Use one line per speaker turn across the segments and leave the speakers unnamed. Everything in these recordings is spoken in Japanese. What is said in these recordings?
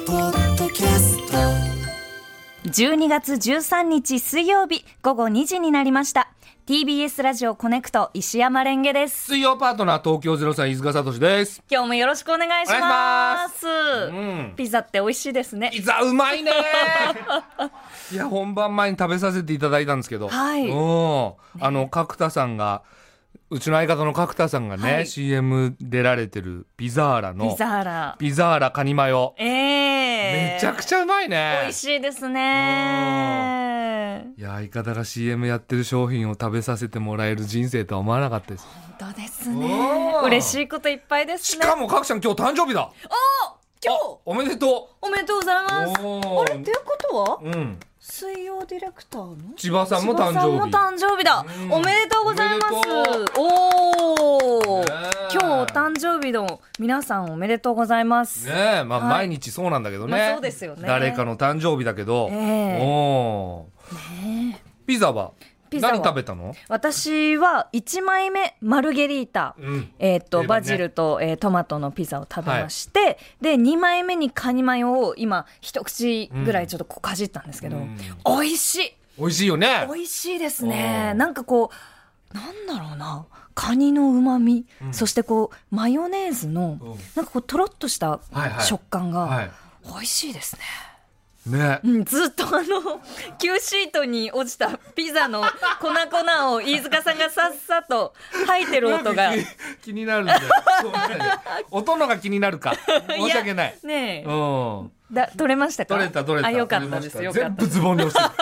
TBS ポッドキャスト
12月13日水曜日午後2時になりました。TBS ラジオコネクト石山レンゲです。
水曜パートナー東京ゼロさん飯塚聡です。
今日もよろしくお願いします。
うん。
ピザって美味しいですね。
ピザうまいね。いや本番前に食べさせていただいたんですけど、
はい
うん。あの角田さんがうちの相方の角田さんがね、
はい
CM 出られてるピザーラの
ピザーラ。
ピザーラカニマヨ、
ええー。
めちゃくちゃうまいね。
美味しいですね。
いや相方が CM やってる商品を食べさせてもらえる人生とは思わなかったです。
本当ですね
う。ん
嬉しいこといっぱいです
し
ね。
かも角ちゃん今日誕生日だ。
今日
おめでと
おめでとうございます。
お
あれっていうことは
う。うん。
水曜ディレクターの
千葉さんも誕
千葉さん
生
も
日。
誕生日だ、
うん
おめでとうございます
おめで
おお、
ねえ
今日お誕生日の皆さんおめでとうございます、
ねえ、まあ、
はい
毎日そうなんだけどね、
まあそうですよね
誰かの誕生日だけど、
ええ
おーピザは
ピザは
何食べたの、
私は1枚目マルゲリータ、
うん
えーっと
定番ね
バジルと、えートマトのピザを食べまして、で2枚目にカニマヨを今一口ぐらいちょっとこうかじったんですけど、
うん
美味しい
美味しいよね
美味しいですね
うん
なんかこうなんだろうなカニのうまみ、そしてこうマヨネーズの、
うん
なんかこうとろっとした
はいはい
食感が、
はい
美味しいですね、
ね
うん、ずっとあの Q シートに落ちたピザの粉々を飯塚さんがさっさと吐いてる音が
気に 気になるんだよそうね音のが気になるか申し訳ない
ねえ
うん
だ取れましたか
取れた取れた
あよかったです
取れ
よ
ました
かっ
全
た
部ズボンに落ちてる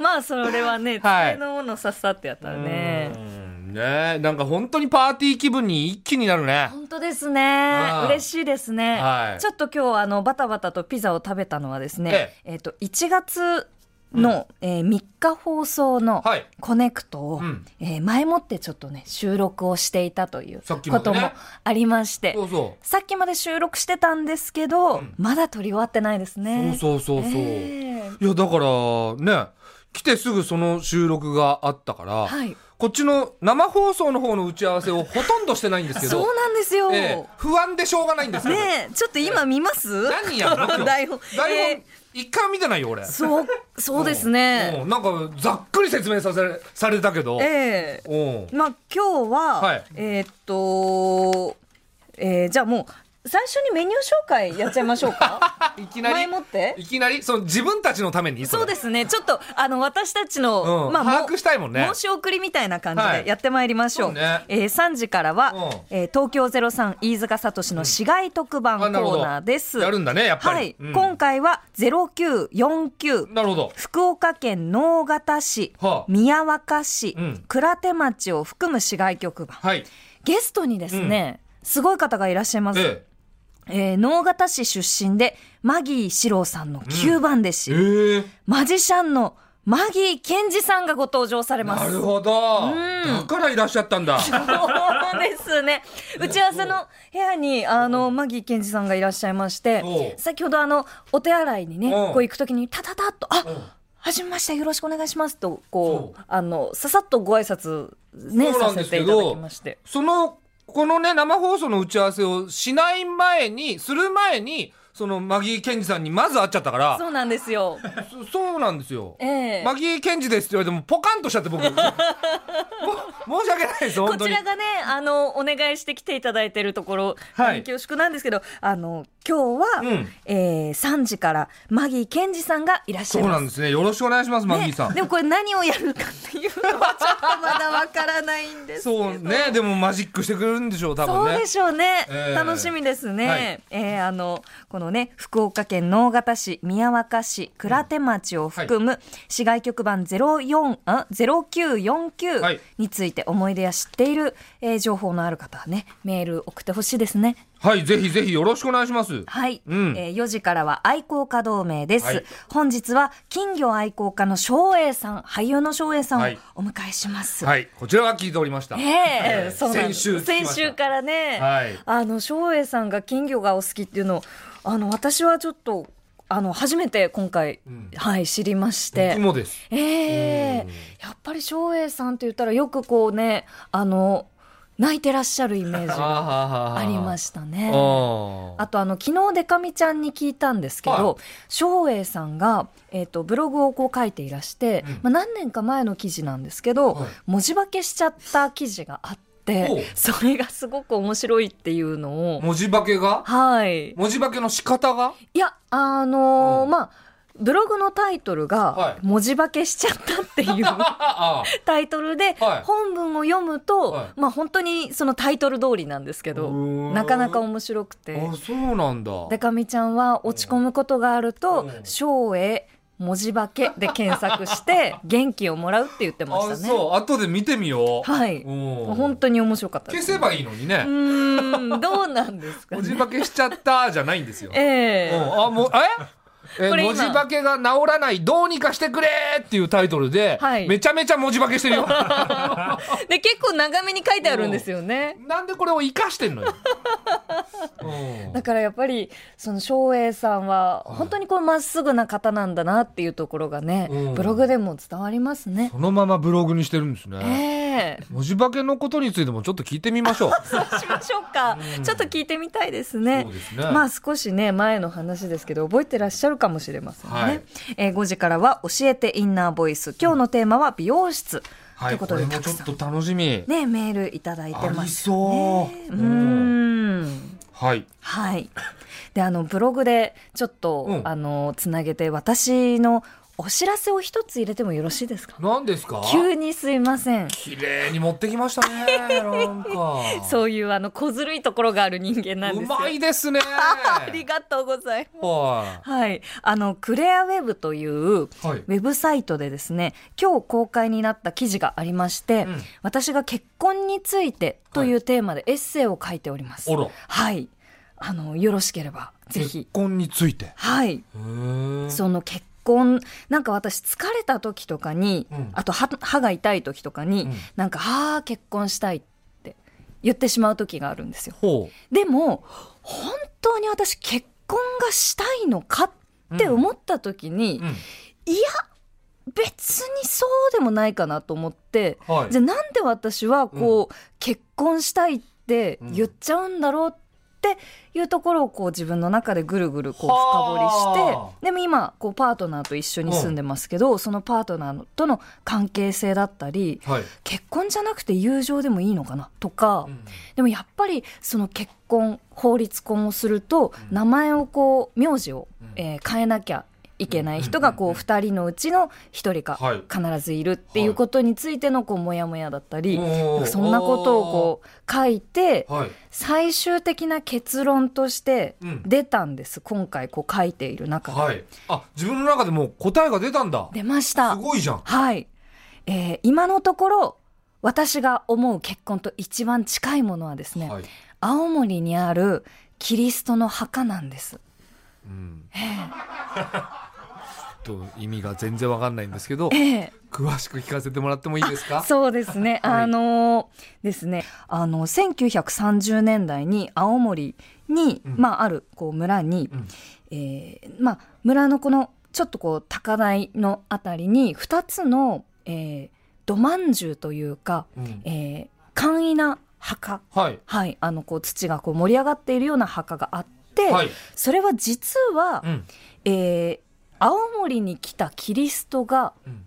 まあそれはね
はい
机のものさっさってやったら ね、
うんねえなんか本当にパーティー気分に一気になるね
本当ですね
あ。あ
嬉しいですね。
はい
ちょっと今日あのバタバタとピザを食べたのはですね、えっ、と1月の、えー3日放送の
はい
コネクトを、
うん
えー前もってちょっとね収録をしていたという
さっき
こ
まで
と
ね
もありまして、
そうそ
さっきまで収録してたんですけど、まだ撮り終わってないです
う
ね。
そうそうそうそう、
えー
いやだからね来てすぐその収録があったから、
はい
こっちの生放送の方の打ち合わせをほとんどしてないんですけ
そ
ど
うなんですよ。
ええ不安でしょうがないんですけど、
ねえちょっと今見ます、
何やるの今日
台本
台
えー
本一回も見てないよ俺
そうそうです
うんう
ね。
んなんかざっくり説明させされたけど、
ええ
うん
まあ今日は、
はい
えーっと、えーじゃあもう最初にメニュー紹介やっちゃいましょうか
いきなり
前もって
いきなりその自分たちのために、
そうですすねちょっとあの私たちの、
うん
まあも
把握したいもんね
申し送りみたいな感じ
は
で
い
やってまいりましょう、
そうね
えー3時からは、
う
えー東京03飯塚聡の市街特番コ
あなるほど
ーナーです、
やるんだねやっぱり、
はい、
うん
今回は0949
なるほど
福岡県直方市、
はあ
宮若市、
うん
鞍手町を含む市街局番、
はい
ゲストにですね、すごい方がいらっしゃいます。
え
えー能形市出身で、マギー四郎さんの9番弟子、
えええ
マジシャンのマギー健二さんがご登場されます。
なるほど、だからいらっしゃったん だ
そうですね。打ち合わせの部屋に、あの、マギー健二さんがいらっしゃいまして
お、う
先ほどあの、お手洗いにね、
うん
こう行くときに、タタタッと、あはじめまして、よろしくお願いしますと、こう、あの、ささっとご挨拶ね、
そうな
さ
んで
せ
す
て
け
いただ
ど
きまして。
そのこのね生放送の打ち合わせをしない前にする前にそのマギー健二さんにまず会っちゃったから
そうなんです よ。
そそうなんですよ、
ええ
マギー健二ですって言われてもポカンとしちゃ って僕も 申し訳ないです
こ
本当
ち
に
らがね、あの、お願いして来ていただいてるところ、
はい
恐縮なんですけど、あの、今日は、
うん
えー3時から、マギー健二さんがいらっしゃい
そう
ます。
なんですねよろしくお願いしますマギーさん、
ねでもこれ何をやるかっていうのはちょっとまだわからないんですけど。
そうねでもマジックしてくれるんでしょう多
そ
分
う
ね
でしょうね、
えー
楽しみですね、
はい
えーあのこのね福岡県直方市宮若市鞍手町を含む市外局番04あ
ははい、ぜひぜひよろしくお願いします。
はい、
うん
えー4時からは愛好家同盟です、
はい
本日は金魚愛好家の翔英さん俳優の翔英さんを
はい
お迎えします、
はい、こちらは聞いておりました。
ええ
え
そうなんです
先週聞きま
先
した
週からね、
はい
あの照英さんが金魚がお好きっていうのをあの私はちょっとあの初めて今回、
ん
はい知りまして
僕もです。
ええやっぱり照英さんって言ったらよくこうねあの泣いてらっしゃるイメージが
あ
ありま
し
したね。あ
あ
とあの昨日デカミちゃんに聞いたんですけ
は
ど照英さんが、えー、とブログをこう書いていらして、まあ、
う
何年か前の記事なんですけど、
はい
文字化けしちゃった記事があって
おう
それがすごく面白いっていうのを
文字化けが
はい
文字化けの仕方が
いやあのー
うん
まあブログのタイトル
は
が「
い
文字化けしちゃった」って いう、
ああ
タイトルで、
はい
本文を読むと、
はい
まあ本当にそのタイトル通りなんですけど
うーん
なかなか面白くて
あそうなんだ。
でかみちゃんは落ち込むことがあると
う
「
ん
翔へ文字化け」で検索 して元気をもらうって言ってま
あ
したね。
そう後で見てみよう。
はい本
本
当に面白かったで
消
す。
せばいいのにね
う。ーんどうなんですか
文字
ね。
化けしちゃったじゃないんですよ。
ええ
うんあもうええ
これ今
文字化けが治らないどうにかしてくれっていうタイトルで、
はい
めちゃめちゃ文字化けして るよ
で結構長めに書いてあるんですよね。
なんでこれを生かしてんの よ、うん
だからやっぱりその照英さんは本当にこうまっすぐな方なんだなっていうところがね、
うん
ブログでも伝わりますね。
そのままブログにしてるんです
え
ね、
え
文字化けのことについてもちょっと聞いてみましょう
しましょうか、ちょっと聞いてみたいですね
そうですね
まあ少しね前の話ですけど覚えてらっしゃるかもしれませんね、
はい
えー5時からは教えてインナーボイス今日のテーマは美容室、
は
とい
いう
こ
ことれ
で
も
たく
ちょ
さん
っと楽しみ、
ねメールいただいて
あ
ま
り
す
そう、
うーん
はい
はいであのブログでちょっと、
うん
あのつなげて私のお知らせを一つ入れてもよろしいですか
何ですか
急にすいません
綺麗に持ってきまし たねなんか
そういうあの小ずるいところがある人間なんです
う
よ
まいですね
ありがとうございます
は
はい、あのクレアウェブというウ
いはい
ェブサイトでですね今日公開になった記事がありまして、
うん
私が結婚についてというテーマでエッセイを書いております
あら
はいあのよろしければぜ
結
ひ
婚について
はい
へー
その結婚なんか私疲れた時とかに、
うん
あと歯歯が痛い時とかに、
うん
なんか「ああ結婚したい」って言ってしまう時があるんですよ
ほ
でも本当に私結婚がしたいのかって思った時に、
う、うん
いや別にそうでもないかなと思って、
はい
じゃあなんで私はこう、結婚したいって言っちゃうんだろうっていうところをこう自分の中でぐるぐるこう深掘り
は
してでも今こうパートナーと一緒に住んでますけど、そのパートナーとの関係性だったり
はい、
結婚じゃなくて友情でもいいのかなとか。でもやっぱりその結婚法律婚をすると
うん
名前をこう名字を、
うん
えー変えなきゃいけない人
う
が
ん
こう
うん
2人のうちの1人か
はい
必ずいるっていうことについてのこうモヤモヤだったり
おー
そんなことをこう書いて
はい、
最終的な結論として
うん
出たんです今回こう書いている中で。
はい、あ自分の中でもう答えが出たんだ
出ました
すごいじゃん
はい、えー今のところ私が思う結婚と一番近いものはですね、
はい
青森にあるキリストの墓なんです。
うん、と意味が全然わかんないんですけど
ええ、
詳しく聞かせてもらってもいいですか
そうですね。
はい
あのですね、あの1930年代に青森に、
うん
まああるこう村に、
うん
えーまあ村のこのちょっとこう高台のあたりに2つの、えー、土饅頭というか、
うん
えー、簡易な墓、
はい
はい、あのこう土がこう盛り上がっているような墓があって、
はい、
それは実は、
うん
えー青森に来たキリストが、
うん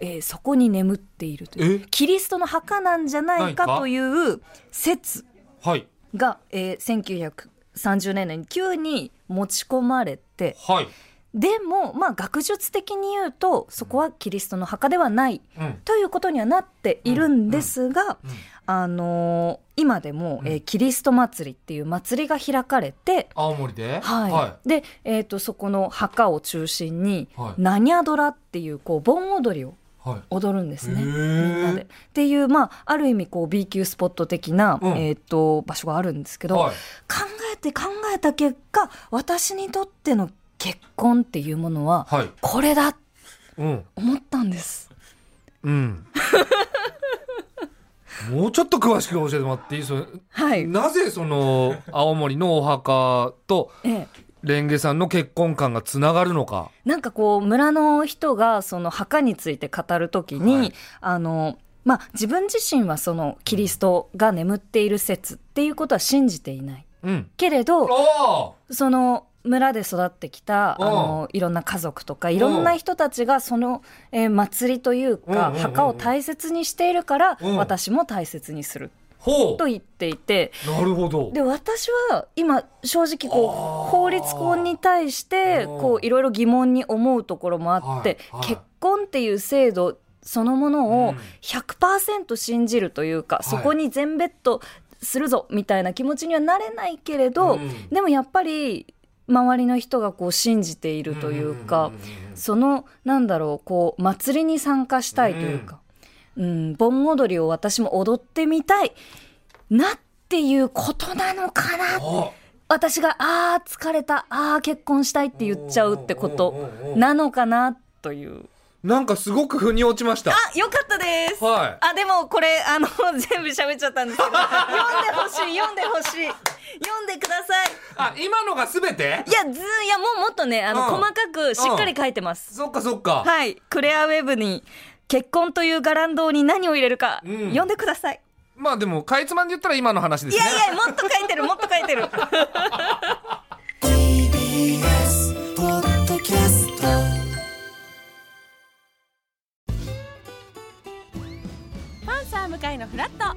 えーそこに眠っているという
え
キリストの墓なんじゃないか
ないか
という説
はい
が、えー1930年代に急に持ち込まれて
はい、
でも、まあ、学術的に言うとそこはキリストの墓ではない
うん
ということにはなっているんですが、
うん
あのー今でも、えーキリスト祭りっていう祭りが開かれて、
青森で
はい、
は
で、えー、とそこの墓を中心に、
はい
ナニャドラっていうこう盆踊りを
はい
踊るんですね、
へ
み
ー
んなで。っていう、まあ、ある意味こう B 級スポット的な、
うん
えー、と場所があるんですけど、
はい
考えて考えた結果私にとっての結婚っていうものは、
はい
これだ
うん
思ったんです。
うん もうちょっと詳しく教えてもらっていいそれ
はい、
なぜその青森のお墓と
ええ
レンゲさんの結婚観がつながるのか
なんかこう村の人がその墓について語るときに、
はい
あのまあ、自分自身はそのキリストが眠っている説っていうことは信じていない
うん
けれど
あ
その村で育ってきたあ
うん
のいろんな家族とかいろんな人たちがその、えー祭りという
う
か
んうんうん
墓を大切にしているから
うん
私も大切にする
あほ
と言っていて
うなるほど
で私は今正直こ
あー
う法律婚に対して
うん
こういろいろ疑問に思うところもあって
はいはい
結婚っていう制度そのもの
う
を
ん
100%信じるというか
い
そこに全ベッドするぞみたいな気持ちにはなれないけれど
うん
でもやっぱり周りの人がこう信じているというか
んんうんうん
そのなんだろうこう祭りに参加したいというか、うん、盆踊りを私も踊ってみたいなっていうことなのかな
あ
私が「あー疲れたあー結婚したい」って言っちゃうってことなのかなという
なんかすごく腑に落ちました
あよかったです
はい
あでもこれあの 全部喋っちゃったんですけど読んでほしい読んでほしい読んでください
あ今のが全て
いやずいやもうもっとねあの、
うん
細かくしっかり書いてます
そっかそっか
はい、クレアウェブに結婚というガランドに何を入れるか、
うん
読んでください。
まあでもかいつまんで言ったら今の話で
い
すね
やいや、もっと書いてる、もっと書いてる。
TBS ポッドキャスト
パンサー向かいのフラット